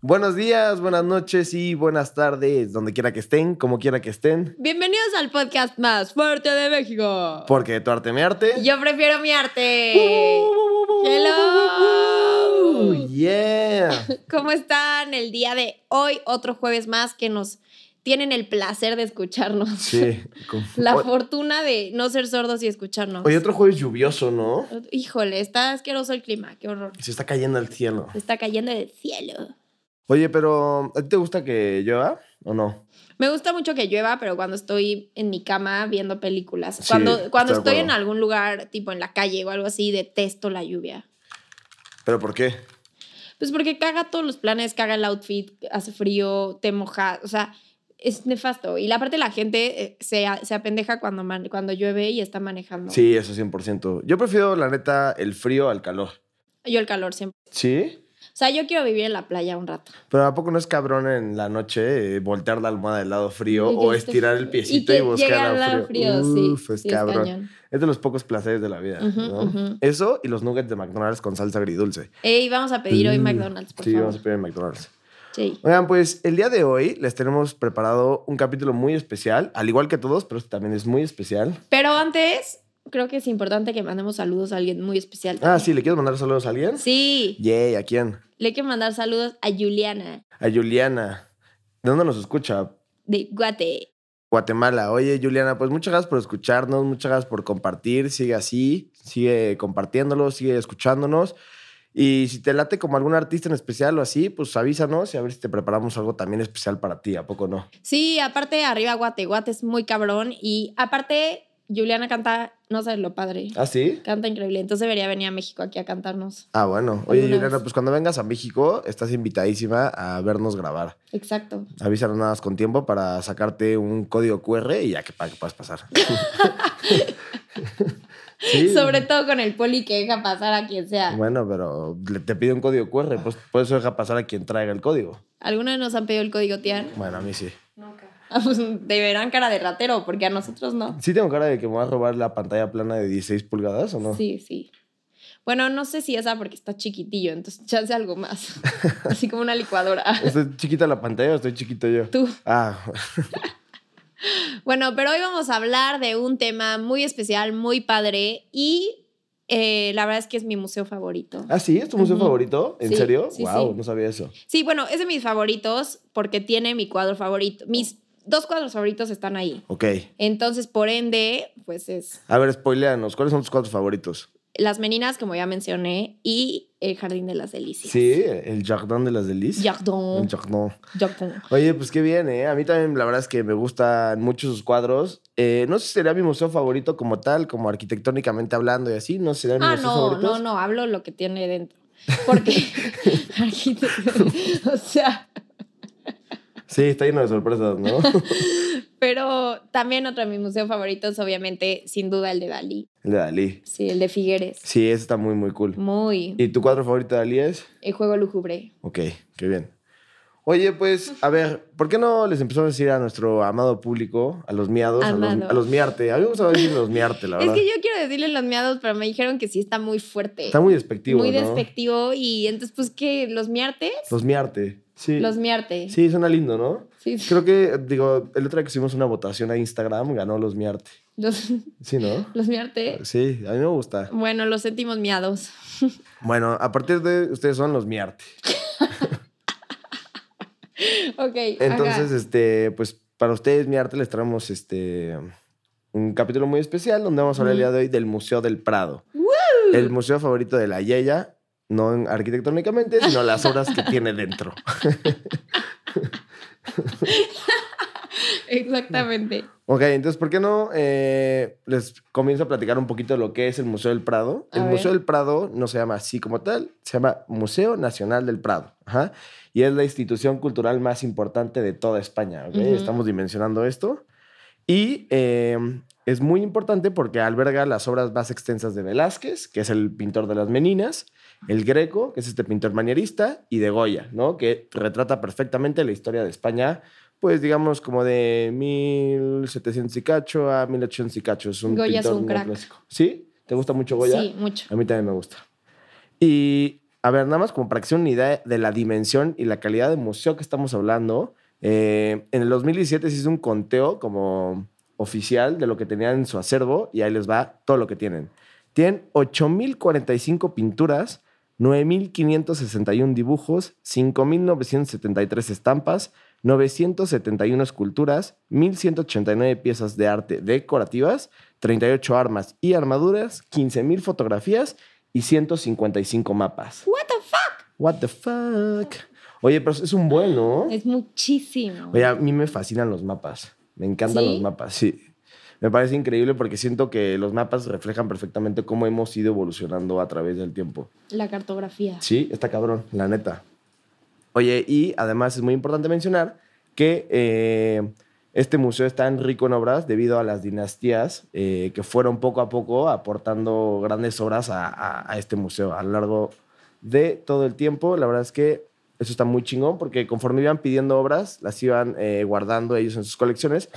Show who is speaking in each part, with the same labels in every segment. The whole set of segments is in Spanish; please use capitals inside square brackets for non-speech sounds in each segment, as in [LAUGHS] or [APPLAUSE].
Speaker 1: Buenos días, buenas noches y buenas tardes, donde quiera que estén, como quiera que estén,
Speaker 2: Bienvenidos al podcast más fuerte de México.
Speaker 1: porque tu arte me arte.
Speaker 2: Yo prefiero mi arte.
Speaker 1: Uh.
Speaker 2: Hello.
Speaker 1: Oh, Yeah.
Speaker 2: ¿Cómo están el día de hoy? Otro jueves más que nos tienen el placer de escucharnos.
Speaker 1: Sí. como-
Speaker 2: [LAUGHS] La
Speaker 1: Hoy-
Speaker 2: fortuna de no ser sordos y escucharnos.
Speaker 1: Hoy otro jueves lluvioso, ¿no?
Speaker 2: Híjole, está asqueroso el clima, qué horror.
Speaker 1: Se está cayendo el cielo.
Speaker 2: Está cayendo del cielo.
Speaker 1: Oye, pero ¿a ti te gusta que llueva o no?
Speaker 2: Me gusta mucho que llueva, pero cuando estoy en mi cama viendo películas,
Speaker 1: Sí,
Speaker 2: cuando, cuando
Speaker 1: estoy de
Speaker 2: estoy en
Speaker 1: acuerdo.
Speaker 2: algún lugar, tipo en la calle o algo así, detesto la lluvia.
Speaker 1: ¿Pero por qué?
Speaker 2: Pues porque caga todos los planes, caga el outfit, hace frío, te moja, o sea, es nefasto. Y la parte de la gente eh, se, a- se apendeja cuando, man- cuando llueve y está manejando.
Speaker 1: Sí, eso 100%. Yo prefiero, la neta, el frío al calor.
Speaker 2: Yo el calor siempre.
Speaker 1: ¿Sí?
Speaker 2: O sea, yo quiero vivir en la playa un rato.
Speaker 1: Pero ¿a poco no es cabrón en la noche eh, voltear la almohada del lado frío
Speaker 2: Y que
Speaker 1: o
Speaker 2: esté
Speaker 1: estirar el
Speaker 2: frío.
Speaker 1: piecito y,
Speaker 2: que llegue
Speaker 1: buscar
Speaker 2: al
Speaker 1: al
Speaker 2: lado
Speaker 1: frío?
Speaker 2: sí,
Speaker 1: Uf, es
Speaker 2: sí,
Speaker 1: cabrón.
Speaker 2: cañón.
Speaker 1: Es de los pocos placeres de la vida,
Speaker 2: Ujú,
Speaker 1: ¿no?
Speaker 2: ujú.
Speaker 1: Eso y los nuggets de McDonald's con salsa agridulce.
Speaker 2: Ey, vamos a pedir hoy
Speaker 1: Mm,
Speaker 2: McDonald's, por
Speaker 1: sí, vamos
Speaker 2: favor.
Speaker 1: a pedir en McDonald's.
Speaker 2: Sí.
Speaker 1: Oigan, pues el día de hoy les tenemos preparado un capítulo muy especial, al igual que todos, pero este también es muy especial.
Speaker 2: Pero antes, creo que es importante que mandemos saludos a alguien muy especial.
Speaker 1: Ah,
Speaker 2: también.
Speaker 1: sí, ¿le quieres mandar saludos a alguien?
Speaker 2: Sí,
Speaker 1: Yay, ¿a quién?
Speaker 2: le hay que mandar saludos a Juliana
Speaker 1: A Juliana. ¿De dónde nos escucha?
Speaker 2: de Guate.
Speaker 1: Guatemala. Oye, Juliana, pues muchas gracias por escucharnos, muchas gracias por compartir, sigue así, sigue compartiéndolo, sigue escuchándonos. Y si te late como algún artista en especial o así, pues avísanos y a ver si te preparamos algo también especial para ti, ¿a poco no?
Speaker 2: Sí, aparte arriba Guate, Guate es muy cabrón y aparte Juliana canta, no sabes lo padre,
Speaker 1: ¿Ah, sí?
Speaker 2: canta increíble, entonces debería venir a México aquí a cantarnos.
Speaker 1: Ah, bueno. Oye,
Speaker 2: Alguna
Speaker 1: Juliana,
Speaker 2: vez.
Speaker 1: pues cuando vengas a México, estás invitadísima a vernos grabar.
Speaker 2: Exacto.
Speaker 1: Avísanos nada más con tiempo para sacarte un código QR y ya que, para que puedas pasar. [LAUGHS] Sí.
Speaker 2: [LAUGHS] Sobre todo con el poli que deja pasar a quien sea.
Speaker 1: Bueno, pero le- te pide un código QR, pues por eso deja pasar a quien traiga el código.
Speaker 2: ¿Alguna vez nos han pedido el código Tian? [LAUGHS]
Speaker 1: Bueno, a mí sí.
Speaker 2: Ah, pues, te verán cara de ratero, porque a nosotros no.
Speaker 1: ¿Sí tengo cara de que me vas a robar la pantalla plana de 16 pulgadas o no?
Speaker 2: Sí, sí. Bueno, no sé si esa porque está chiquitillo, entonces chance
Speaker 1: [LAUGHS]
Speaker 2: algo más. Así como una licuadora.
Speaker 1: ¿Estoy chiquita la pantalla o estoy chiquito yo?
Speaker 2: Tú.
Speaker 1: Ah,
Speaker 2: Bueno, pero hoy vamos a hablar de un tema muy especial, muy padre y eh, la verdad es que es mi museo favorito.
Speaker 1: ¿ah sí? ¿Es tu museo
Speaker 2: Ujú.
Speaker 1: favorito? ¿En
Speaker 2: Sí,
Speaker 1: serio?
Speaker 2: sí,
Speaker 1: wow,
Speaker 2: sí.
Speaker 1: no sabía eso.
Speaker 2: Sí, bueno, es de mis favoritos porque tiene mi cuadro favorito. Mis dos cuadros favoritos están ahí.
Speaker 1: Ok.
Speaker 2: Entonces, por ende, pues es
Speaker 1: A ver, spoileanos. ¿Cuáles son tus cuadros favoritos?
Speaker 2: Las Meninas, como ya mencioné, y El Jardín de las Delicias.
Speaker 1: Sí, el Jardin de las Delicias.
Speaker 2: Jardín.
Speaker 1: El Jardin.
Speaker 2: Jardín.
Speaker 1: Oye, pues qué bien, ¿eh? A mí también la verdad es que me gustan mucho sus cuadros. Eh, no sé si sería mi museo favorito como tal, como arquitectónicamente hablando y así. No sé si sería mi
Speaker 2: Ah,
Speaker 1: museo
Speaker 2: no,
Speaker 1: favorito.
Speaker 2: no, no, hablo lo que tiene dentro.
Speaker 1: [LAUGHS]
Speaker 2: Porque, [LAUGHS] o sea,
Speaker 1: Sí, está lleno de sorpresas,
Speaker 2: [LAUGHS]
Speaker 1: ¿no?
Speaker 2: pero también otro de mis museos favoritos, obviamente, sin duda el de Dalí,
Speaker 1: el de Dalí.
Speaker 2: sí, el de Figueres.
Speaker 1: Sí, ese está muy, muy cool.
Speaker 2: Muy,
Speaker 1: ¿Y tu cuadro favorito de Dalí es?
Speaker 2: el juego lúgubre.
Speaker 1: Ok, qué bien. Oye, pues, a ver, ¿por qué no les empezamos a decir a nuestro amado público, a los miados, a los,
Speaker 2: Amado.
Speaker 1: a los miarte? A mí me gusta decir los miarte, la
Speaker 2: Es
Speaker 1: verdad.
Speaker 2: que yo quiero decirle los miados, pero me dijeron que sí está muy fuerte.
Speaker 1: Está muy despectivo,
Speaker 2: muy
Speaker 1: ¿no?
Speaker 2: despectivo y entonces pues que los miartes,
Speaker 1: Los miarte. Sí.
Speaker 2: los miarte.
Speaker 1: Sí, suena lindo, ¿no?
Speaker 2: Sí,
Speaker 1: Creo que, digo, el otro día que hicimos una votación a Instagram, ganó los miarte.
Speaker 2: Los,
Speaker 1: Sí, ¿no?
Speaker 2: los miarte.
Speaker 1: Sí, a mí me gusta.
Speaker 2: Bueno, los sentimos miados. [LAUGHS]
Speaker 1: Bueno, a partir de ustedes son los miarte.
Speaker 2: Ok.
Speaker 1: Entonces,
Speaker 2: ajá.
Speaker 1: este, pues para ustedes, mi arte, les traemos este un capítulo muy especial donde vamos a hablar el día de hoy del Museo del Prado. El museo favorito de la Yeya, no en- arquitectónicamente, sino las obras que tiene dentro.
Speaker 2: Exactamente.
Speaker 1: Ok, entonces, ¿por qué no eh, les comienzo a platicar un poquito de lo que es el Museo del Prado?
Speaker 2: A
Speaker 1: el
Speaker 2: ver.
Speaker 1: Museo del Prado no se llama así como tal, se llama Museo Nacional del Prado. Ajá. Y es la institución cultural más importante de toda España. ¿ok?
Speaker 2: Ujú.
Speaker 1: Estamos dimensionando esto. Y eh, es muy importante porque alberga las obras más extensas de Velázquez, que es el pintor de las Meninas, el Greco, que es este pintor manierista, y de Goya, ¿no? que retrata perfectamente la historia de España pues digamos como de 1700 y cacho a 1800 y cacho. Es un
Speaker 2: Goya es
Speaker 1: pintor
Speaker 2: un crack.
Speaker 1: neoclásico. Sí, ¿Te gusta mucho Goya?
Speaker 2: Sí, mucho.
Speaker 1: A mí también me gusta. Y a ver, nada más como para que sea una idea de la dimensión y la calidad de museo que estamos hablando, eh, en el 2017 se hizo un conteo como oficial de lo que tenían en su acervo y ahí les va todo lo que tienen. Tienen 8.045 pinturas, 9.561 dibujos, 5.973 estampas, 971 esculturas, 1.189 piezas de arte decorativas, 38 armas y armaduras, 15.000 fotografías y 155 mapas.
Speaker 2: What the fuck?
Speaker 1: What the fuck? Oye, pero es un buen, ¿no?
Speaker 2: Es muchísimo.
Speaker 1: Oye, a mí me fascinan los mapas. Me encantan
Speaker 2: ¿Sí?
Speaker 1: los mapas, sí. Me parece increíble porque siento que los mapas reflejan perfectamente cómo hemos ido evolucionando a través del tiempo.
Speaker 2: La cartografía.
Speaker 1: Sí, está cabrón, la neta. Oye, y además es muy importante mencionar que eh, este museo es tan rico en obras debido a las dinastías eh, que fueron poco a poco aportando grandes obras a, a- a este museo a lo largo de todo el tiempo. La verdad es que eso está muy chingón porque conforme iban pidiendo obras, las iban eh, guardando ellos en sus colecciones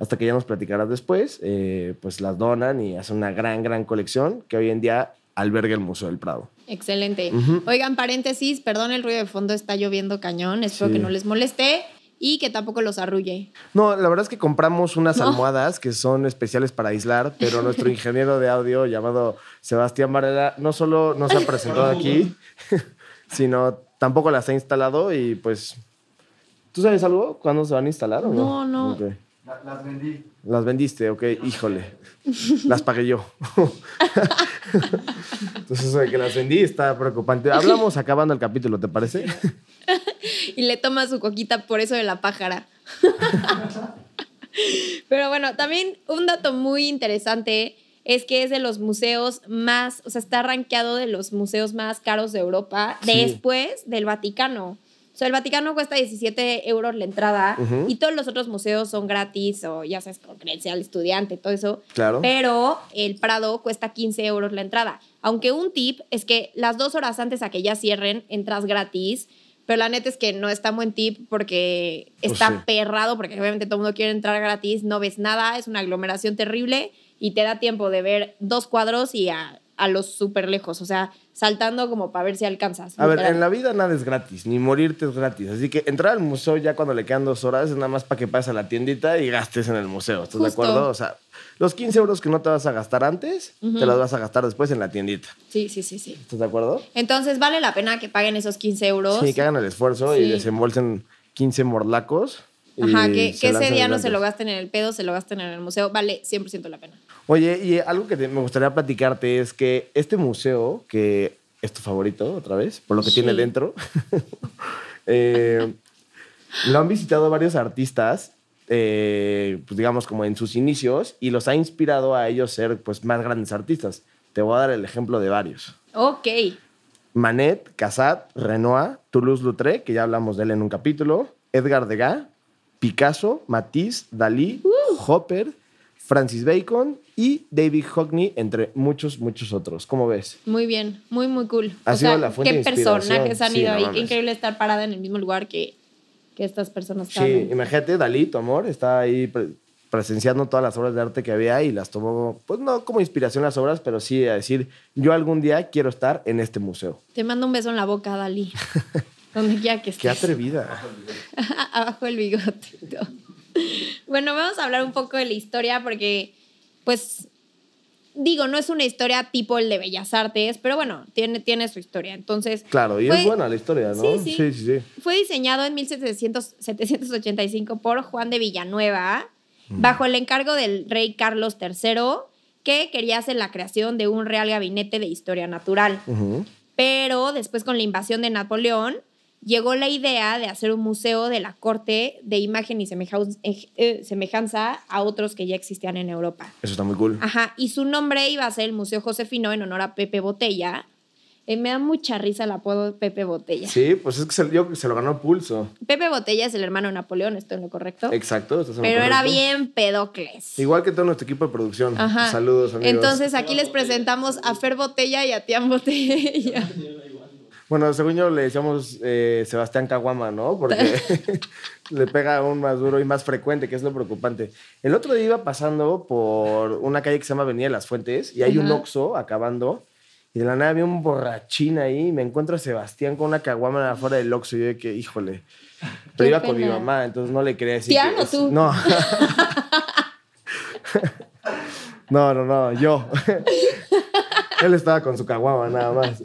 Speaker 1: hasta que ya nos platicarás después, eh, pues las donan y hacen una gran, gran colección que hoy en día alberga el Museo del Prado.
Speaker 2: Excelente.
Speaker 1: Ujú.
Speaker 2: Oigan, paréntesis, perdón el ruido de fondo, está lloviendo cañón. Espero
Speaker 1: Sí.
Speaker 2: que no les moleste y que tampoco los arrulle.
Speaker 1: No, la verdad es que compramos unas
Speaker 2: No.
Speaker 1: almohadas que son especiales para aislar, pero
Speaker 2: [LAUGHS]
Speaker 1: nuestro ingeniero de audio llamado Sebastián Varela no solo no se ha presentado aquí, [LAUGHS] sino tampoco las ha instalado y pues... ¿Tú sabes algo? ¿Cuándo se van a instalar o no?
Speaker 2: No, no.
Speaker 1: Ok.
Speaker 3: La- las vendí.
Speaker 1: Las vendiste, ok,
Speaker 2: [LAUGHS]
Speaker 1: híjole. Las pagué yo. [LAUGHS] Entonces, eso de que las vendí está preocupante. Hablamos acabando el capítulo, ¿te
Speaker 2: [LAUGHS]
Speaker 1: parece?
Speaker 2: Y le toma su coquita por eso de la pájara. [LAUGHS] Pero bueno, también un dato muy interesante es que es de los museos más, o sea, está rankeado de los museos más caros de Europa
Speaker 1: Sí.
Speaker 2: después del Vaticano. O sea, el Vaticano cuesta 17 euros la entrada
Speaker 1: Ujú.
Speaker 2: y todos los otros museos son gratis o ya sabes, con credencial estudiante, todo eso.
Speaker 1: Claro.
Speaker 2: Pero el Prado cuesta 15 euros la entrada. Aunque un tip es que las dos horas antes a que ya cierren, entras gratis. Pero la neta es que no está buen tip porque
Speaker 1: Pues
Speaker 2: está
Speaker 1: sí.
Speaker 2: perrado, porque obviamente todo el mundo quiere entrar gratis, no ves nada, es una aglomeración terrible y te da tiempo de ver dos cuadros y a, a los súper lejos. O sea, saltando como para ver si alcanzas.
Speaker 1: A ver,
Speaker 2: literal.
Speaker 1: en la vida nada es gratis, ni morirte es gratis. Así que entrar al museo ya cuando le quedan dos horas es nada más para que pases a la tiendita y gastes en el museo. ¿Estás de
Speaker 2: Justo.
Speaker 1: acuerdo? O sea, los 15 euros que no te vas a gastar antes,
Speaker 2: Ujú.
Speaker 1: te los vas a gastar después en la tiendita.
Speaker 2: Sí, sí, sí, sí.
Speaker 1: ¿Estás de acuerdo?
Speaker 2: Entonces vale la pena que paguen esos 15 euros.
Speaker 1: Sí, que hagan el esfuerzo y
Speaker 2: Sí.
Speaker 1: desembolsen 15 morlacos. y
Speaker 2: Ajá, que,
Speaker 1: se
Speaker 2: que ese
Speaker 1: lancen
Speaker 2: día no se
Speaker 1: adelante.
Speaker 2: lo gasten en el pedo, se lo gasten en el museo. Vale 100% la pena.
Speaker 1: Oye, y algo que te- me gustaría platicarte es que este museo, que es tu favorito otra vez, por lo que
Speaker 2: Sí.
Speaker 1: tiene dentro, [LAUGHS] eh, lo han visitado varios artistas, eh, pues digamos como en sus inicios, y los ha inspirado a ellos ser pues más grandes artistas. Te voy a dar el ejemplo de varios.
Speaker 2: Ok.
Speaker 1: Manet, Cassatt, Renoir, Toulouse-Lautrec, que ya hablamos de él en un capítulo, Edgar Degas, Picasso, Matisse, Dalí, Hopper, Francis Bacon y David Hockney, entre muchos, muchos otros. ¿Cómo ves?
Speaker 2: Muy bien, muy, muy cool.
Speaker 1: Ha
Speaker 2: o
Speaker 1: sido
Speaker 2: sea,
Speaker 1: la fuente
Speaker 2: qué
Speaker 1: de inspiración.
Speaker 2: personajes han
Speaker 1: Sí,
Speaker 2: ido
Speaker 1: no
Speaker 2: ahí. Qué
Speaker 1: mames.
Speaker 2: increíble estar parada en el mismo lugar que, que estas personas
Speaker 1: Sí,
Speaker 2: estaban.
Speaker 1: imagínate, Dalí, tu amor, está ahí pre- presenciando todas las obras de arte que había y las tomó, pues no como inspiración las obras, pero sí a decir, yo algún día quiero estar en este museo.
Speaker 2: Te mando un beso en la
Speaker 1: [LAUGHS]
Speaker 2: boca, Dalí. Donde quiera que
Speaker 1: Qué
Speaker 2: estés.
Speaker 1: atrevida.
Speaker 2: [LAUGHS] Abajo el bigote. no. bueno, vamos a hablar un poco de la historia porque, pues, digo, no es una historia tipo el de Bellas Artes, pero bueno, tiene, tiene su historia. Entonces,
Speaker 1: Claro, y
Speaker 2: fue-
Speaker 1: es buena la historia, ¿no?
Speaker 2: Sí, sí.
Speaker 1: sí, sí. sí.
Speaker 2: Fue diseñado en 1700 1785 por Juan de Villanueva, bajo el encargo del rey Carlos III, que quería hacer la creación de un real gabinete de historia natural.
Speaker 1: Ujú.
Speaker 2: Pero después con la invasión de Napoleón, llegó la idea de hacer un museo de la corte de imagen y semejaus- eh, eh, semejanza a otros que ya existían en Europa.
Speaker 1: Eso está muy cool.
Speaker 2: Ajá, y su nombre iba a ser el Museo Josefino en honor a Pepe Botella. Eh, me da mucha risa el apodo Pepe Botella.
Speaker 1: Sí, pues es que se, yo, se lo ganó Pulso.
Speaker 2: Pepe Botella es el hermano de Napoleón, esto es lo correcto.
Speaker 1: Exacto. estás en lo
Speaker 2: Oh. Pero era
Speaker 1: correcto.
Speaker 2: bien pedocles.
Speaker 1: Igual que todo nuestro equipo de producción.
Speaker 2: Ajá.
Speaker 1: Saludos, amigos.
Speaker 2: [LAUGHS] Entonces aquí les presentamos a Fer Botella y a Tian Botella.
Speaker 1: Bueno, según yo le decíamos eh, Sebastián Caguama, ¿no? Porque
Speaker 2: [LAUGHS]
Speaker 1: [LAUGHS] le pega aún más duro y más frecuente, que es lo preocupante. El otro día iba pasando por una calle que se llama Avenida de las Fuentes y hay un
Speaker 2: Ajá.
Speaker 1: Oxxo acabando y de la nada había un borrachín ahí y me encuentro a Sebastián con una caguama afuera del Oxxo y yo de que, híjole. Pero
Speaker 2: Qué
Speaker 1: iba con mi
Speaker 2: pena.
Speaker 1: mamá, entonces no le quería decir.
Speaker 2: ¿Tian
Speaker 1: que
Speaker 2: o tú? [LAUGHS]
Speaker 1: No. [LAUGHS] no, no, no, yo. Él estaba con su caguama nada más.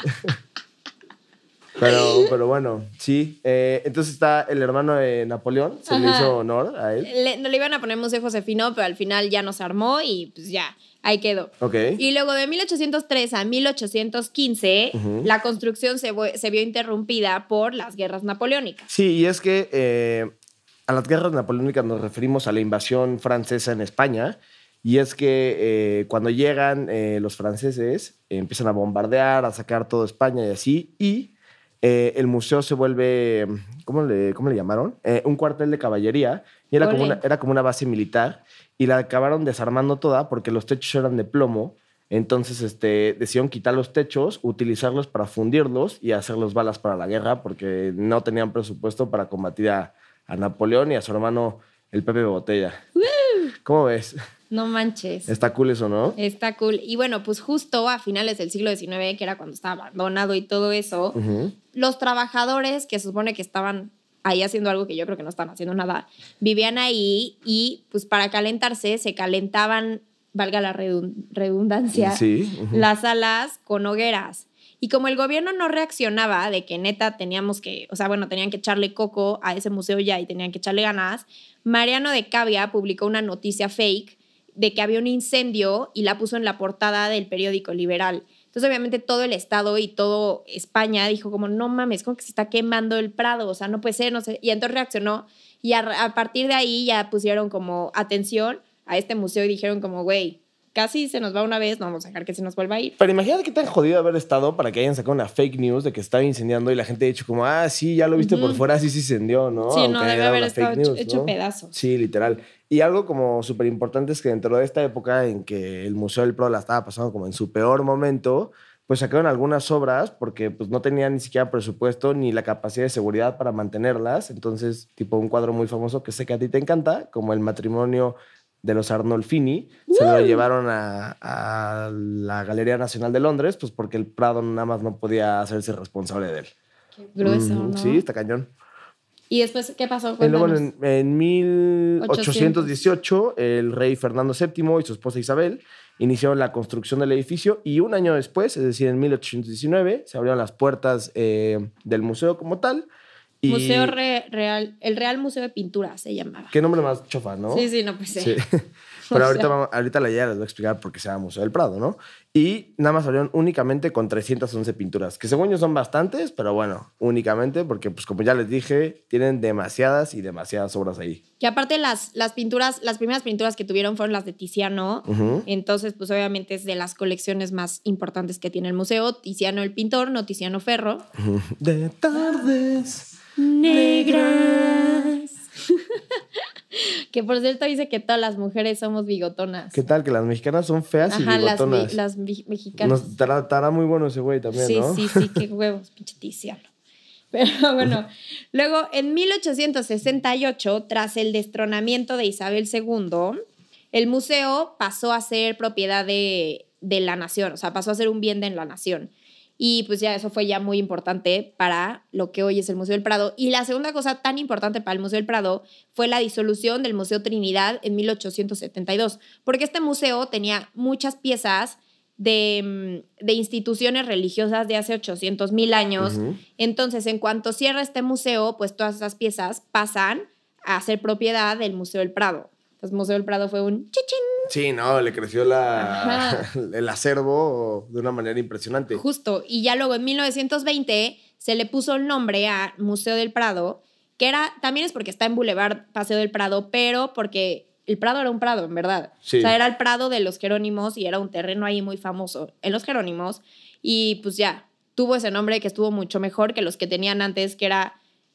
Speaker 1: Pero, pero bueno, sí. Eh, entonces está el hermano de Napoleón, se le
Speaker 2: Ajá.
Speaker 1: hizo honor a él.
Speaker 2: Le, no le iban a poner Museo Josefino, pero al final ya nos armó y pues ya, ahí quedó.
Speaker 1: Ok.
Speaker 2: Y luego de 1803 a 1815,
Speaker 1: Ujú.
Speaker 2: la construcción se, vu- se vio interrumpida por las guerras napoleónicas.
Speaker 1: Sí, y es que eh, a las guerras napoleónicas nos referimos a la invasión francesa en España. Y es que eh, cuando llegan eh, los franceses, eh, empiezan a bombardear, a sacar toda España y así. Y eh, el museo se vuelve, ¿cómo le, cómo le llamaron? Eh, un cuartel de caballería. Y era como,
Speaker 2: Ole.
Speaker 1: una, era como una base militar. Y la acabaron desarmando toda porque los techos eran de plomo. Entonces este, decidieron quitar los techos, utilizarlos para fundirlos y hacerlos balas para la guerra porque no tenían presupuesto para combatir a, a Napoleón y a su hermano el Pepe Botella. ¿Cómo ves?
Speaker 2: No manches.
Speaker 1: Está cool eso, ¿no?
Speaker 2: Está cool. Y bueno, pues justo a finales del siglo XIX, que era cuando estaba abandonado y todo eso,
Speaker 1: Ujú.
Speaker 2: los trabajadores que se supone que estaban ahí haciendo algo que yo creo que no están haciendo nada, vivían ahí y pues para calentarse se calentaban, valga la redun- redundancia,
Speaker 1: Sí. ujú.
Speaker 2: las alas con hogueras. Y como el gobierno no reaccionaba de que neta teníamos que, o sea, bueno, tenían que echarle coco a ese museo ya y tenían que echarle ganas, Mariano de Cavia publicó una noticia fake de que había un incendio y la puso en la portada del periódico Liberal. Entonces, obviamente, todo el Estado y todo España dijo como, no mames, como que se está quemando el Prado, o sea, no puede ser, no sé. Y entonces reaccionó y a, a partir de ahí ya pusieron como atención a este museo y dijeron como, güey, casi se nos va una vez, no vamos a dejar que se nos vuelva a ir.
Speaker 1: Pero imagínate qué tan jodido haber estado para que hayan sacado una fake news de que estaba incendiando y la gente ha dicho como, ah, sí, ya lo viste por
Speaker 2: Ujú.
Speaker 1: fuera, sí se incendió, ¿no?
Speaker 2: sí, no,
Speaker 1: Aunque
Speaker 2: debe
Speaker 1: Ah, era
Speaker 2: haber
Speaker 1: una
Speaker 2: estado
Speaker 1: fake
Speaker 2: hecho,
Speaker 1: news,
Speaker 2: hecho
Speaker 1: ¿no?
Speaker 2: pedazos.
Speaker 1: Sí, literal. Y algo como súper importante es que dentro de esta época en que el Museo del Prado la estaba pasando como en su peor momento, pues sacaron algunas obras porque pues no tenían ni siquiera presupuesto ni la capacidad de seguridad para mantenerlas. Entonces, tipo un cuadro muy famoso que sé que a ti te encanta, como el matrimonio de los Arnolfini, se lo llevaron a, a la Galería Nacional de Londres, pues porque el Prado nada más no podía hacerse responsable de él.
Speaker 2: Grueso,
Speaker 1: Ujú,
Speaker 2: ¿no?
Speaker 1: Sí, está cañón.
Speaker 2: Y después, ¿qué pasó?
Speaker 1: Y Eh, luego
Speaker 2: Cuéntanos.
Speaker 1: en, en 1818, el rey Fernando VII y su esposa Isabel iniciaron la construcción del edificio y un año después, es decir, en 1819, se abrieron las puertas eh, del museo como tal. Y
Speaker 2: Museo Re- Real, el Real Museo de Pintura se llamaba.
Speaker 1: ¿Qué nombre más chofa, no?
Speaker 2: Sí, sí, no, pues sí.
Speaker 1: Sí.
Speaker 2: [LAUGHS] O sea.
Speaker 1: Pero ahorita, vamos- ahorita la idea les voy a explicar por qué se llama Museo del Prado, ¿no? Y nada más salieron únicamente con 311 pinturas, que según yo son bastantes, pero bueno, únicamente porque, pues como ya les dije, tienen demasiadas y demasiadas obras ahí.
Speaker 2: Que aparte las, las pinturas, las primeras pinturas que tuvieron fueron las de Tiziano.
Speaker 1: Ujú.
Speaker 2: Entonces, pues obviamente es de las colecciones más importantes que tiene el museo. Tiziano el pintor, no Tiziano Ferro.
Speaker 1: De tardes.
Speaker 2: Negras. [LAUGHS] que por cierto dice que todas las mujeres somos bigotonas.
Speaker 1: ¿Qué tal? Que las mexicanas son feas y
Speaker 2: Ajá, las,
Speaker 1: bigotonas.
Speaker 2: bi- las bi- mexicanas.
Speaker 1: Nos estará, estará muy bueno ese güey también,
Speaker 2: sí,
Speaker 1: ¿no?
Speaker 2: sí, sí, qué huevos, pinche Tiziano. Pero
Speaker 1: [LAUGHS]
Speaker 2: bueno, luego en 1868, tras el destronamiento de Isabel II, el museo pasó a ser propiedad de, de la nación, o sea, pasó a ser un bien de la nación. Y pues ya eso fue ya muy importante para lo que hoy es el Museo del Prado. Y la segunda cosa tan importante para el Museo del Prado fue la disolución del Museo Trinidad en 1872, porque este museo tenía muchas piezas de, mm, de instituciones religiosas de hace 800 mil años.
Speaker 1: Ujú.
Speaker 2: Entonces, en cuanto cierra este museo, pues todas esas piezas pasan a ser propiedad del Museo del Prado. Entonces, Museo del Prado fue un chichín.
Speaker 1: Sí, no, le creció la,
Speaker 2: Ajá.
Speaker 1: [LAUGHS] el acervo de una manera impresionante.
Speaker 2: Justo. Y ya luego en 1920 se le puso el nombre a Museo del Prado, que era, también es porque está en Boulevard Paseo del Prado, pero porque el Prado era un Prado, en verdad.
Speaker 1: Sí.
Speaker 2: O sea, era el Prado de los Jerónimos y era un terreno ahí muy famoso en los Jerónimos. Y pues ya, tuvo ese nombre que estuvo mucho mejor que los que tenían antes, que era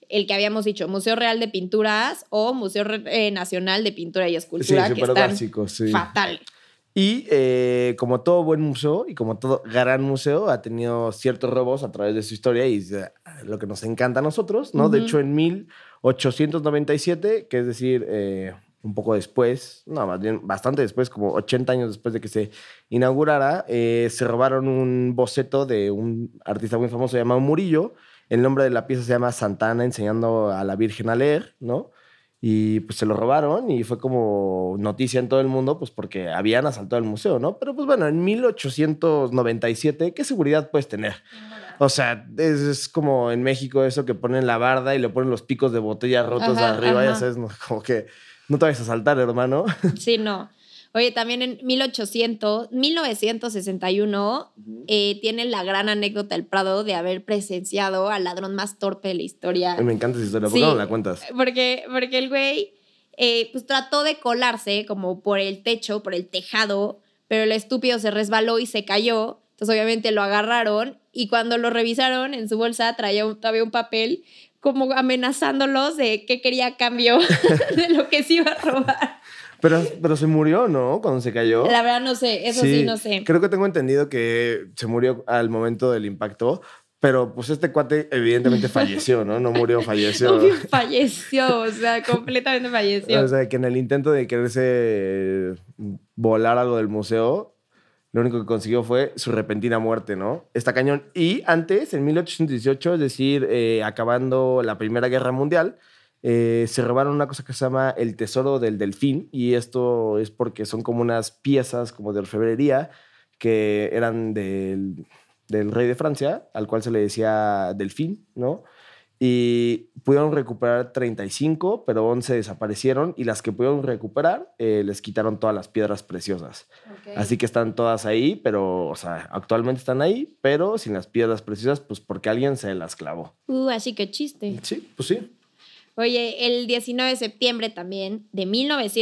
Speaker 2: el que habíamos dicho, Museo Real de Pinturas o Museo Re- eh, Nacional de Pintura y
Speaker 1: Sí,
Speaker 2: Escultura, que
Speaker 1: súper
Speaker 2: están
Speaker 1: básico, sí.
Speaker 2: fatal.
Speaker 1: Y eh, como todo buen museo y como todo gran museo, ha tenido ciertos robos a través de su historia y es, eh, lo que nos encanta a nosotros, ¿no? De
Speaker 2: Ujú.
Speaker 1: hecho, en 1897, que es decir, eh, un poco después, no, más bien bastante después, como 80 años después de que se inaugurara, eh, se robaron un boceto de un artista muy famoso llamado Murillo. El nombre de la pieza se llama Santana enseñando a la Virgen a leer, ¿no? Y pues se lo robaron y fue como noticia en todo el mundo, pues porque habían asaltado el museo, ¿no? Pero pues bueno, en 1897, ¿qué seguridad puedes tener? O sea, es, es como en México eso que ponen la barda y le ponen los picos de botella rotos
Speaker 2: Ajá,
Speaker 1: arriba, ya
Speaker 2: ajá.
Speaker 1: sabes, ¿no? como que no te vayas a saltar, hermano.
Speaker 2: Sí, no. Oye, también en 1800, 1961 eh, tienen la gran anécdota el Prado de haber presenciado al ladrón más torpe de la historia.
Speaker 1: [LAUGHS] Me encanta esa historia, ¿por qué
Speaker 2: Ah. Sí.
Speaker 1: no la cuentas?
Speaker 2: Porque, porque el güey eh, pues trató de colarse como por el techo, por el tejado, pero el estúpido se resbaló y se cayó. Entonces obviamente lo agarraron y cuando lo revisaron en su bolsa traía un- todavía un papel como amenazándolos de que quería a cambio [LAUGHS] de lo que se iba a robar.
Speaker 1: Pero, pero se murió, ¿no? Cuando se cayó.
Speaker 2: La verdad no sé, eso sí, no sé.
Speaker 1: Creo que tengo entendido que se murió al momento del impacto, pero pues este cuate
Speaker 2: [LAUGHS]
Speaker 1: evidentemente falleció, ¿no? No murió, falleció.
Speaker 2: Obvio, falleció, o sea, completamente falleció.
Speaker 1: O sea, que en el intento de quererse eh, volar algo del museo, lo único que consiguió fue su repentina muerte, ¿no? Está cañón. Y antes, en 1818, es decir, eh, acabando la Primera Guerra Mundial, eh, se robaron una cosa que se llama el tesoro del delfín. Y esto es porque son como unas piezas como de orfebrería que eran del, del rey de Francia, al cual se le decía delfín, ¿no? y pudieron recuperar 35, pero 11 desaparecieron y las que pudieron recuperar eh, les quitaron todas las piedras preciosas. Así que están todas ahí, pero, o sea, actualmente están ahí, pero sin las piedras preciosas, pues porque alguien se las clavó.
Speaker 2: Uh, así que chiste.
Speaker 1: Sí, pues sí.
Speaker 2: Oye, el 19 de septiembre también de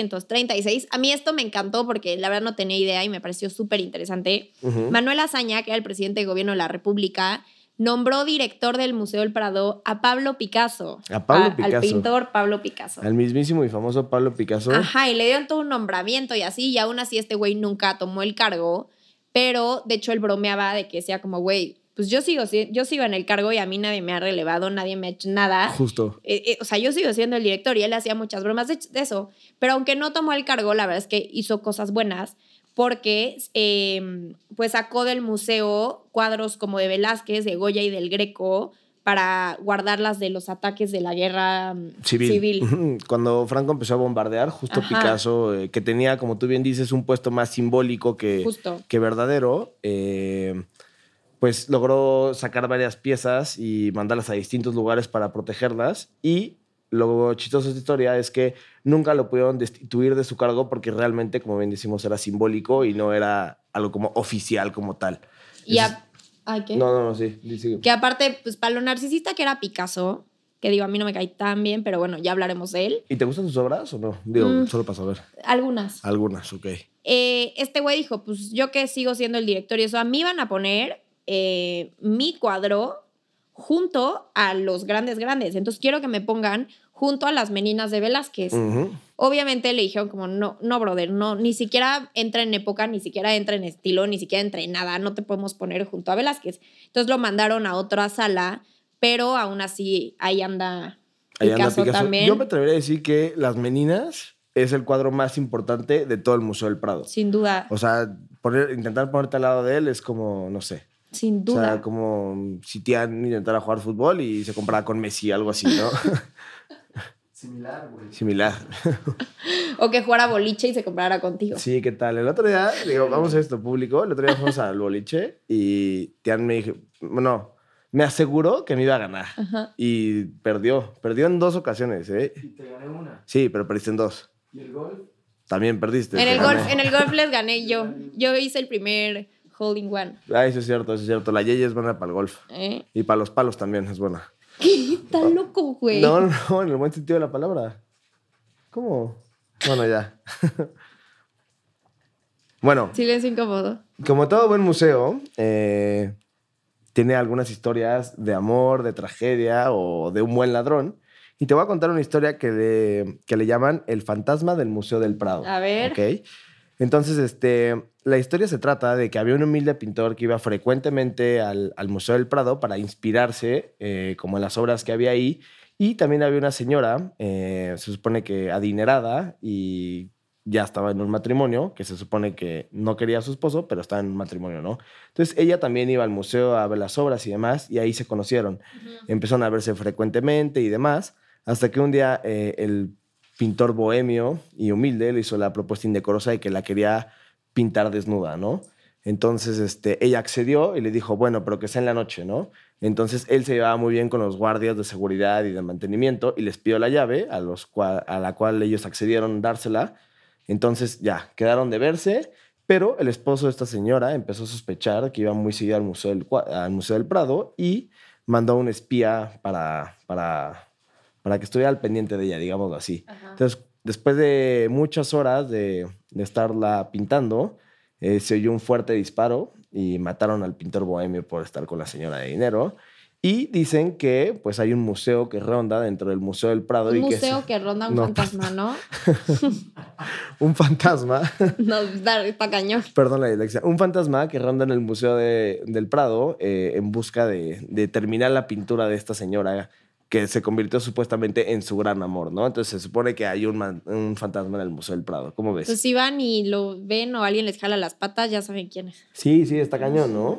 Speaker 2: 1936, a mí esto me encantó porque la verdad no tenía idea y me pareció súper interesante.
Speaker 1: Ujú.
Speaker 2: Manuel Azaña, que era el presidente de gobierno de la República, nombró director del Museo del Prado a Pablo Picasso.
Speaker 1: A Pablo Picasso.
Speaker 2: Al pintor Pablo Picasso.
Speaker 1: Al mismísimo y famoso Pablo Picasso.
Speaker 2: Ajá, y le dieron todo un nombramiento y así, y aún así este güey nunca tomó el cargo, pero de hecho él bromeaba de que sea como, güey, pues yo sigo, si- yo sigo en el cargo y a mí nadie me ha relevado, nadie me ha hecho nada.
Speaker 1: Justo.
Speaker 2: Eh, eh, o sea, yo sigo siendo el director y él hacía muchas bromas de, de eso. Pero aunque no tomó el cargo, la verdad es que hizo cosas buenas porque eh, pues sacó del museo cuadros como de Velázquez, de Goya y del Greco para guardarlas de los ataques de la guerra mm,
Speaker 1: Civil. Ujú. Cuando Franco empezó a bombardear, justo
Speaker 2: Ajá.
Speaker 1: Picasso, eh, que tenía, como tú bien dices, un puesto más simbólico que,
Speaker 2: Justo.
Speaker 1: que verdadero, eh, pues logró sacar varias piezas y mandarlas a distintos lugares para protegerlas. Y lo chistoso de esta historia es que nunca lo pudieron destituir de su cargo porque realmente, como bien decimos, era simbólico y no era algo como oficial como tal.
Speaker 2: Y
Speaker 1: Eso es-
Speaker 2: a- Ay, ¿qué?
Speaker 1: No, no, no, sí. di- sigue.
Speaker 2: Que aparte, pues para lo narcisista que era Picasso, que digo, a mí no me cae tan bien, pero bueno, ya hablaremos de él.
Speaker 1: ¿Y te gustan sus obras o no? Digo,
Speaker 2: Mm.
Speaker 1: solo para saber.
Speaker 2: Algunas.
Speaker 1: Algunas, ok.
Speaker 2: eh, este güey dijo, pues yo que sigo siendo el director y eso, a mí van a poner eh, mi cuadro junto a los grandes grandes. Entonces quiero que me pongan junto a las meninas de Velázquez.
Speaker 1: Ujú.
Speaker 2: Obviamente le dijeron como, no, no, brother, no, ni siquiera entra en época, ni siquiera entra en estilo, ni siquiera entra en nada, no te podemos poner junto a Velázquez. Entonces lo mandaron a otra sala, pero aún así ahí anda
Speaker 1: Ahí anda
Speaker 2: Picasso
Speaker 1: Picasso.
Speaker 2: también.
Speaker 1: Yo me atrevería a decir que Las Meninas es el cuadro más importante de todo el Museo del Prado.
Speaker 2: Sin duda,
Speaker 1: O sea, poner, intentar ponerte al lado de él es como, no sé.
Speaker 2: sin
Speaker 1: O
Speaker 2: duda.
Speaker 1: sea, como si Tian intentara jugar fútbol y se comprara con Messi, algo así,
Speaker 2: [LAUGHS]
Speaker 1: ¿no? [LAUGHS]
Speaker 3: Similar, güey.
Speaker 1: Similar.
Speaker 2: O que jugara boliche y se comprara contigo.
Speaker 1: Sí, ¿qué tal? El otro día, digo, vamos a esto público. El otro día fuimos al boliche y Tian me dijo, bueno, me aseguró que me iba a ganar.
Speaker 2: Ajá.
Speaker 1: Y perdió. Perdió en dos ocasiones, ¿eh?
Speaker 3: Y te gané una.
Speaker 1: Sí, pero perdiste en dos.
Speaker 3: ¿Y el gol?
Speaker 1: También perdiste.
Speaker 2: En
Speaker 1: te
Speaker 2: el,
Speaker 1: gané.
Speaker 2: golf, en el golf les gané yo. Yo hice el primer holding one.
Speaker 1: Ah, eso es cierto, eso es cierto. La Yeye es buena para el golf.
Speaker 2: ¿eh?
Speaker 1: Y para los palos también es buena.
Speaker 2: ¿Qué? Tan loco, güey.
Speaker 1: Ah. No, [LAUGHS] no, no, en el buen sentido de la palabra. ¿Cómo? Bueno, ya. [LAUGHS] bueno,
Speaker 2: Silencio incómodo.
Speaker 1: como todo buen museo, eh, tiene algunas historias de amor, de tragedia o de un buen ladrón. Y te voy a contar una historia que le, que le llaman El fantasma del Museo del Prado.
Speaker 2: A ver.
Speaker 1: ¿ok? Entonces, este, la historia se trata de que había un humilde pintor que iba frecuentemente al, al Museo del Prado para inspirarse eh, como en las obras que había ahí. Y también había una señora, eh, se supone que adinerada y ya estaba en un matrimonio, que se supone que no quería a su esposo, pero estaba en un matrimonio, ¿no? Entonces ella también iba al museo a ver las obras y demás, y ahí se conocieron. Empezaron a verse frecuentemente y demás, hasta que un día eh, el pintor bohemio y humilde le hizo la propuesta indecorosa de que la quería pintar desnuda, ¿no? Entonces este, ella accedió y le dijo, bueno, pero que sea en la noche, ¿no? Entonces él se llevaba muy bien con los guardias de seguridad y de mantenimiento y les pidió la llave, a, los cua- a la cual ellos accedieron dársela. Entonces ya, quedaron de verse, pero el esposo de esta señora empezó a sospechar que iba muy seguido al Museo del, Cua- al Museo del Prado y mandó a un espía para, para, para que estuviera al pendiente de ella, digámoslo así. Entonces, después de muchas horas de, de estarla pintando, eh, se oyó un fuerte disparo y mataron al pintor bohemio por estar con la señora de dinero. Y dicen que pues hay un museo que ronda dentro del Museo del Prado.
Speaker 2: Un
Speaker 1: y que es
Speaker 2: museo que ronda un
Speaker 1: No.
Speaker 2: fantasma, ¿no? [LAUGHS]
Speaker 1: un fantasma.
Speaker 2: No, está, está cañón.
Speaker 1: Perdón la dislexia. Un fantasma que ronda en el Museo de- del Prado eh, en busca de, de terminar la pintura de esta señora que se convirtió supuestamente en su gran amor, ¿no? Entonces se supone que hay un, man- un fantasma en el Museo del Prado. ¿Cómo ves?
Speaker 2: Entonces, si van y lo ven o alguien les jala las patas, ya saben quién es.
Speaker 1: sí, sí, está cañón, ¿no?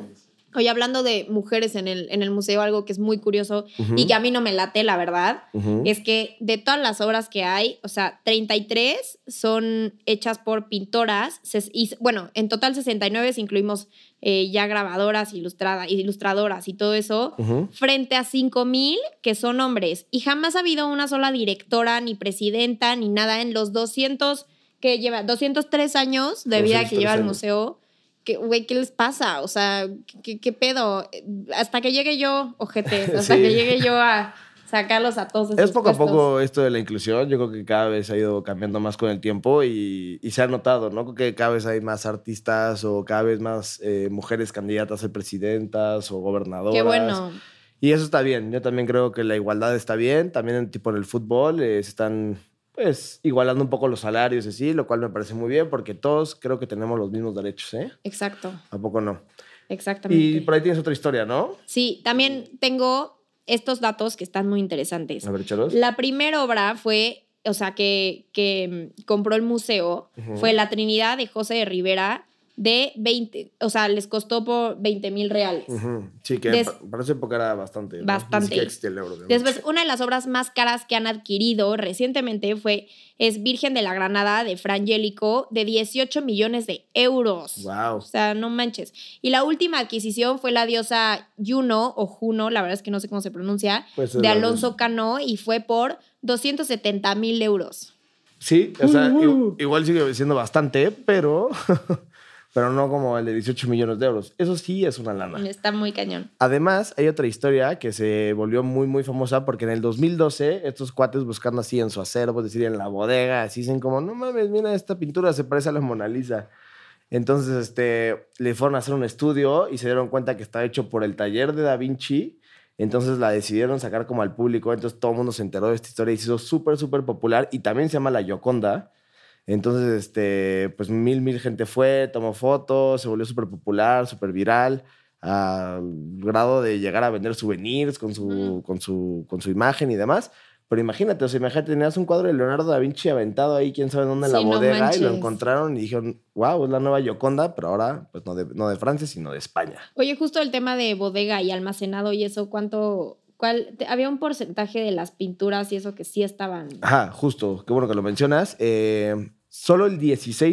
Speaker 2: Oye, hablando de mujeres en el, en el museo, algo que es muy curioso
Speaker 1: Ujú.
Speaker 2: y eh, que a mí no me late, la verdad,
Speaker 1: Ujú.
Speaker 2: es que de todas las obras que hay, o sea, 33 son hechas por pintoras, ses- y, bueno, en total 69 si incluimos eh, ya grabadoras, ilustrada, ilustradoras y todo eso,
Speaker 1: Ujú.
Speaker 2: frente a 5.000 que son hombres. Y jamás ha habido una sola directora, ni presidenta, ni nada en los 200 que lleva, 203 años de vida que
Speaker 1: 203
Speaker 2: lleva el
Speaker 1: años.
Speaker 2: museo. Que, güey, ¿qué les pasa? O sea, ¿qué, qué pedo? Eh, Hasta que llegue yo,
Speaker 1: [LAUGHS]
Speaker 2: ojete, hasta
Speaker 1: Sí.
Speaker 2: que llegue yo a sacarlos a todos. de
Speaker 1: Es
Speaker 2: sus
Speaker 1: poco a
Speaker 2: puestos.
Speaker 1: poco esto de la inclusión. Yo creo que cada vez ha ido cambiando más con el tiempo y, y se ha notado, ¿no? Creo que cada vez hay más artistas o cada vez más eh, mujeres candidatas a ser presidentas o gobernadoras.
Speaker 2: Qué bueno.
Speaker 1: Y eso está bien. Yo también creo que la igualdad está bien. También en, tipo en el fútbol eh, se están pues igualando un poco los salarios y así, lo cual me parece muy bien porque todos creo que tenemos los mismos derechos, ¿eh?
Speaker 2: Exacto,
Speaker 1: ¿A poco no?
Speaker 2: exactamente.
Speaker 1: Y por ahí tienes otra historia, ¿no?
Speaker 2: Sí, también tengo estos datos que están muy interesantes.
Speaker 1: A ver, Charos.
Speaker 2: La primera obra fue, o sea, que, que mm, compró el museo,
Speaker 1: Ujú.
Speaker 2: fue La Trinidad de José de Rivera, de 20, o sea, les costó por 20 mil reales.
Speaker 1: Ujú. Sí, que
Speaker 2: Des-
Speaker 1: pa- para esa época era bastante. ¿no? Ni
Speaker 2: Bastante.
Speaker 1: siquiera existía el euro, obviamente.
Speaker 2: Después, una de las obras más caras que han adquirido recientemente fue es Virgen de la Granada de Frangélico de 18 millones de euros.
Speaker 1: Wow.
Speaker 2: O sea, no manches. Y la última adquisición fue la diosa Juno o Juno, la verdad es que no sé cómo se pronuncia,
Speaker 1: Pues es
Speaker 2: de
Speaker 1: la-
Speaker 2: Alonso Cano y fue por 270 mil euros.
Speaker 1: Sí, o sea, i-
Speaker 2: Ujú.
Speaker 1: igual sigue siendo bastante, pero, [LAUGHS] pero no como el de 18 millones de euros. Eso sí es una lana.
Speaker 2: Está muy cañón.
Speaker 1: Además, hay otra historia que se volvió muy, muy famosa porque en el 2012 estos cuates buscando así en su acervo, es decir, en la bodega, así dicen como, no mames, mira esta pintura, se parece a la Mona Lisa. Entonces, este, le fueron a hacer un estudio y se dieron cuenta que estaba hecho por el taller de Da Vinci. Entonces la decidieron sacar como al público. Entonces todo el mundo se enteró de esta historia y se hizo súper, súper popular. Y también se llama La Gioconda. Entonces, este, pues mil, mil gente fue, tomó fotos, se volvió súper popular, súper viral, al grado de llegar a vender souvenirs con su,
Speaker 2: Ujú.
Speaker 1: con su, con su imagen y demás. Pero imagínate, o sea, imagínate, tenías un cuadro de Leonardo da Vinci aventado ahí, quién sabe dónde, en
Speaker 2: Sí,
Speaker 1: la
Speaker 2: no
Speaker 1: bodega, y lo
Speaker 2: manches.
Speaker 1: encontraron y dijeron, wow, es la nueva Gioconda, pero ahora, pues no de, no de Francia, sino de España.
Speaker 2: Oye, justo el tema de bodega y almacenado y eso, ¿cuánto? ¿Cuál? te- había un porcentaje de las pinturas y eso que sí estaban.
Speaker 1: Ajá, justo, qué bueno que lo mencionas. Eh, solo el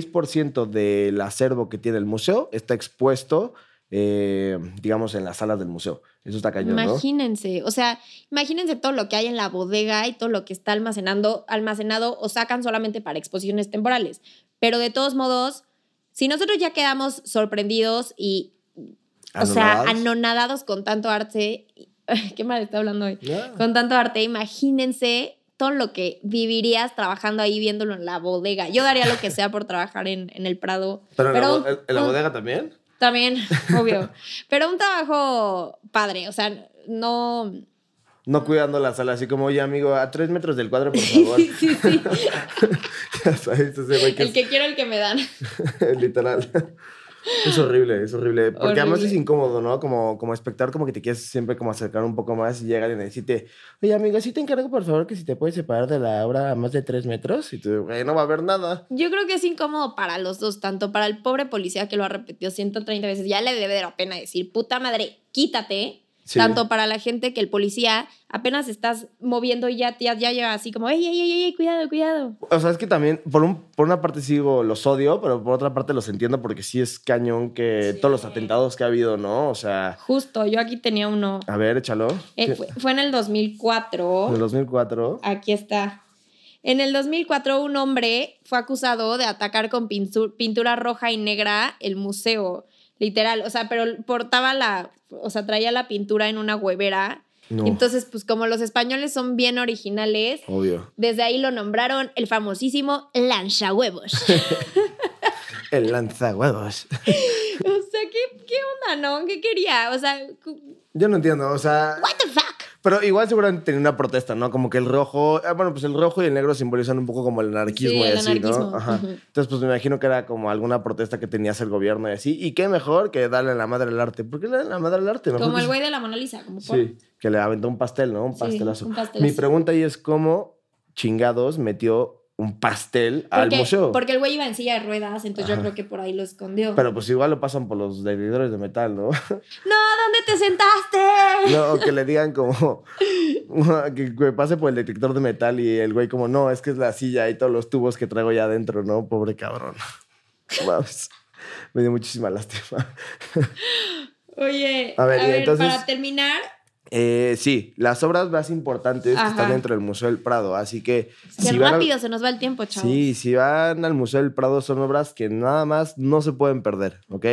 Speaker 1: 16% del acervo que tiene el museo está expuesto, eh, digamos, en las salas del museo. Eso está cañón, ¿no?
Speaker 2: Imagínense, o sea, imagínense todo lo que hay en la bodega y todo lo que está almacenando, almacenado o sacan solamente para exposiciones temporales. Pero de todos modos, si nosotros ya quedamos sorprendidos y, o sea,
Speaker 1: Anonadados.
Speaker 2: anonadados con tanto arte, [LAUGHS] qué mal está hablando hoy.
Speaker 1: Ya.
Speaker 2: con tanto arte, imagínense todo lo que vivirías trabajando ahí viéndolo en la bodega. Yo daría lo que sea por trabajar en, en el Prado.
Speaker 1: Pero en, la,
Speaker 2: pero
Speaker 1: bo- en- en la
Speaker 2: un-
Speaker 1: bodega también. [LAUGHS]
Speaker 2: [LAUGHS] También, obvio. Pero un trabajo padre, o sea, no,
Speaker 1: no cuidando la sala, así como, oye, amigo, a tres metros del cuadro,
Speaker 2: [LAUGHS]
Speaker 1: por favor. [LAUGHS]
Speaker 2: Sí, sí, sí.
Speaker 1: ya sabes, ese güey que
Speaker 2: El
Speaker 1: es
Speaker 2: que quiero, el que me dan.
Speaker 1: [LAUGHS] literal. Es horrible, es horrible. Porque además
Speaker 2: Horrible.
Speaker 1: es incómodo, ¿no? Como, como espectador, como que te quieres siempre como acercar un poco más y llegan y decirte, oye, amigo, sí te encargo, por favor, que si te puedes separar de la obra a más de tres metros. Y tú, güey, no va a haber nada.
Speaker 2: Yo creo que es incómodo para los dos, tanto para el pobre policía que lo ha repetido 130 veces, ya le debe de la pena decir, puta madre, quítate.
Speaker 1: Sí.
Speaker 2: Tanto para la gente que el policía apenas estás moviendo y ya, ya, ya lleva así como, ey, ey, ey, ey, cuidado, cuidado.
Speaker 1: O sea, es que también, por, un, por una parte sigo, los odio, pero por otra parte los entiendo porque sí es cañón que
Speaker 2: Sí.
Speaker 1: todos los atentados que ha habido, ¿no? O sea,
Speaker 2: Justo, yo aquí tenía uno.
Speaker 1: a ver, échalo.
Speaker 2: Eh,
Speaker 1: Sí,
Speaker 2: fue, fue en el 2004.
Speaker 1: En el 2004.
Speaker 2: Aquí está. En el 2004, un hombre fue acusado de atacar con pintu- pintura roja y negra el museo, literal. O sea, pero portaba la, o sea, traía la pintura en una huevera.
Speaker 1: No, Oh.
Speaker 2: Entonces, pues como los españoles son bien originales,
Speaker 1: obvio.
Speaker 2: desde ahí lo nombraron el famosísimo lanchahuevos.
Speaker 1: El lanzahuevos.
Speaker 2: o sea, ¿qué, ¿qué onda, no? ¿Qué quería? O sea, cu-
Speaker 1: Yo no entiendo, o sea...
Speaker 2: what the fuck?
Speaker 1: Pero igual seguramente tenía una protesta, ¿no? Como que el rojo, ah, bueno, pues el rojo y el negro simbolizan un poco como el anarquismo
Speaker 2: Sí,
Speaker 1: y
Speaker 2: el
Speaker 1: así,
Speaker 2: anarquismo,
Speaker 1: ¿no? Ajá.
Speaker 2: ujú.
Speaker 1: Entonces, pues me imagino que era como alguna protesta que tenías el gobierno y así. Y qué mejor que darle la madre al arte. ¿Por qué le dan la madre al arte? Mejor
Speaker 2: Como
Speaker 1: que
Speaker 2: el
Speaker 1: se-
Speaker 2: güey de la Mona Lisa, como por-
Speaker 1: pues, Sí, que le aventó un pastel, ¿no? Un
Speaker 2: Sí,
Speaker 1: pastelazo.
Speaker 2: un pastelazo.
Speaker 1: Mi pregunta ahí es cómo chingados metió un pastel al
Speaker 2: porque-
Speaker 1: museo.
Speaker 2: Porque el güey iba en silla de ruedas, entonces
Speaker 1: Ajá.
Speaker 2: yo creo que por ahí lo escondió.
Speaker 1: Pero pues igual lo pasan por los detectores de metal, ¿no?
Speaker 2: No, ¿dónde te sentaste?
Speaker 1: No, que le digan como [LAUGHS] que, que pase por el detector de metal y el güey como, no, es que es la silla y todos los tubos que traigo ya adentro, ¿no? Pobre cabrón. [LAUGHS] Vamos. Me dio muchísima lástima.
Speaker 2: Oye,
Speaker 1: A
Speaker 2: a
Speaker 1: ver,
Speaker 2: ver,
Speaker 1: y entonces-
Speaker 2: para terminar,
Speaker 1: Eh, sí, las obras más importantes que están
Speaker 2: Ajá.
Speaker 1: dentro del Museo del Prado, así que...
Speaker 2: que
Speaker 1: si van a-
Speaker 2: rápido se nos va el tiempo, chavos.
Speaker 1: Sí, si van al Museo del Prado son obras que nada más no se pueden perder, ¿ok?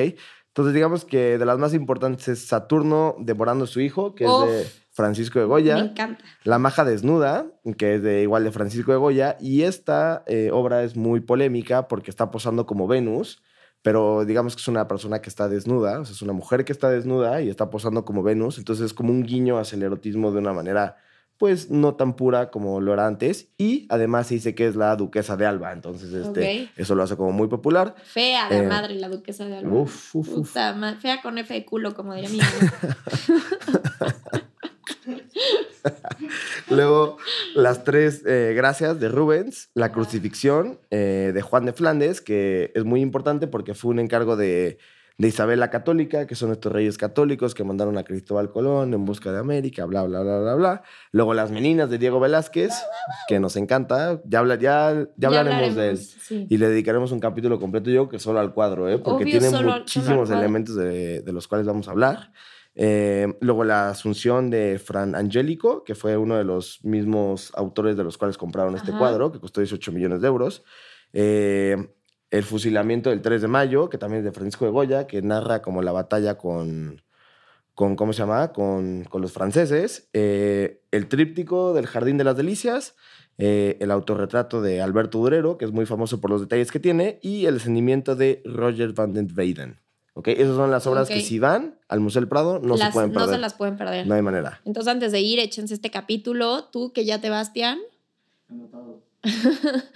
Speaker 1: Entonces digamos que de las más importantes es Saturno devorando a su hijo, que
Speaker 2: Uf.
Speaker 1: es de Francisco de
Speaker 2: Me
Speaker 1: Goya,
Speaker 2: encanta.
Speaker 1: La maja desnuda, que es de igual de Francisco de Goya, y esta eh, obra es muy polémica porque está posando como Venus, pero digamos que es una persona que está desnuda, o sea, es una mujer que está desnuda y está posando como Venus, entonces es como un guiño hacia el erotismo de una manera pues no tan pura como lo era antes, y además se dice que es la duquesa de Alba, entonces este,
Speaker 2: Ok.
Speaker 1: eso lo hace como muy popular.
Speaker 2: Fea de
Speaker 1: Eh,
Speaker 2: madre la duquesa de Alba.
Speaker 1: Uf, uf, uf.
Speaker 2: Puta ma- fea con F de culo,
Speaker 1: [LAUGHS]
Speaker 2: como diría mi mamá.
Speaker 1: Luego, las tres eh, gracias de Rubens, la crucifixión eh, de Juan de Flandes, que es muy importante porque fue un encargo de, de Isabel la Católica, que son estos reyes católicos que mandaron a Cristóbal Colón en busca de América, bla, bla, bla, bla, bla. Luego, las meninas de Diego Velázquez, que nos encanta, ya, habla, ya, ya hablaremos, de él.
Speaker 2: sí.
Speaker 1: Y le dedicaremos un capítulo completo, yo creo que solo al cuadro, ¿eh? porque
Speaker 2: Obvio,
Speaker 1: tiene
Speaker 2: solo al- solo al
Speaker 1: muchísimos
Speaker 2: cuadro.
Speaker 1: elementos de, de los cuales vamos a hablar. Eh, luego la Asunción de Fran Angélico, que fue uno de los mismos autores de los cuales compraron este
Speaker 2: Ajá.
Speaker 1: cuadro, que costó 18 millones de euros. Eh, el fusilamiento del 3 de mayo, que también es de Francisco de Goya, que narra como la batalla con, con ¿cómo se llama? Con, con los franceses. Eh, el tríptico del Jardín de las Delicias. eh, el autorretrato de Alberto Durero, que es muy famoso por los detalles que tiene, y el descendimiento de Roger van den Weyden. ¿Ok? Esas son las obras
Speaker 2: Ok.
Speaker 1: que si van al Museo del Prado no se
Speaker 2: Las-
Speaker 1: pueden perder.
Speaker 2: se las pueden perder.
Speaker 1: No hay manera.
Speaker 2: Entonces, antes de ir, échense este capítulo. Tú, que ya te vas, Tian.
Speaker 3: Anotado.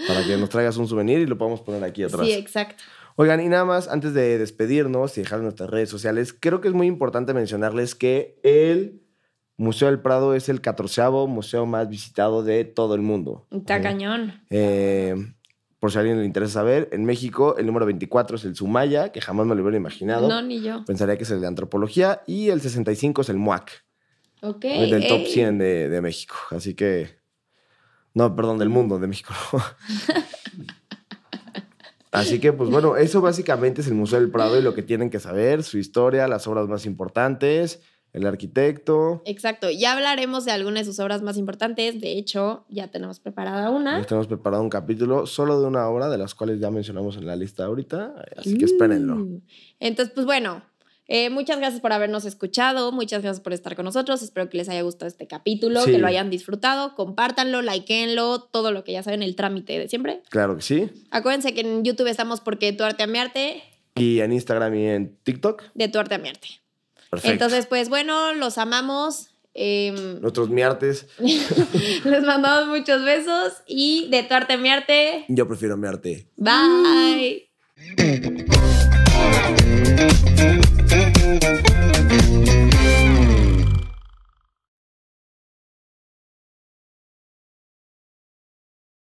Speaker 1: Para que nos traigas un souvenir y lo podamos poner aquí atrás.
Speaker 2: Sí, exacto.
Speaker 1: Oigan, y nada más, antes de despedirnos y dejar nuestras redes sociales, creo que es muy importante mencionarles que el Museo del Prado es el catorceavo museo más visitado de todo el mundo.
Speaker 2: Está cañón.
Speaker 1: Eh, por si a alguien le interesa saber, en México el número 24 es el Sumaya, que jamás me lo hubiera imaginado.
Speaker 2: No, ni yo.
Speaker 1: Pensaría que es el de antropología. Y el 65 es el MUAC,
Speaker 2: Ok. eh,
Speaker 1: del top
Speaker 2: ey.
Speaker 1: 100 de, de México. Así que... No, perdón, del mundo, de México. [LAUGHS] no. Así que, pues bueno, eso básicamente es el Museo del Prado y lo que tienen que saber, su historia, las obras más importantes, el arquitecto.
Speaker 2: Exacto. Ya hablaremos de alguna de sus obras más importantes. De hecho, ya tenemos preparada una.
Speaker 1: Les tenemos preparado un capítulo solo de una obra, de las cuales ya mencionamos en la lista ahorita, así que espérenlo.
Speaker 2: Mm. Entonces, pues bueno, eh, muchas gracias por habernos escuchado, muchas gracias por estar con nosotros, espero que les haya gustado este capítulo,
Speaker 1: Sí.
Speaker 2: que lo hayan disfrutado, compártanlo, likeenlo, todo lo que ya saben, el trámite de siempre.
Speaker 1: Claro que sí.
Speaker 2: Acuérdense que en YouTube estamos porque tu arte a mi arte,
Speaker 1: Y en Instagram y en TikTok.
Speaker 2: de tu arte a mi arte.
Speaker 1: Perfecto.
Speaker 2: Entonces, pues bueno, los amamos, Em, [LAUGHS]
Speaker 1: Nuestros miartes.
Speaker 2: les mandamos muchos besos y de tu arte mi arte.
Speaker 1: Yo prefiero mi arte.
Speaker 2: Bye.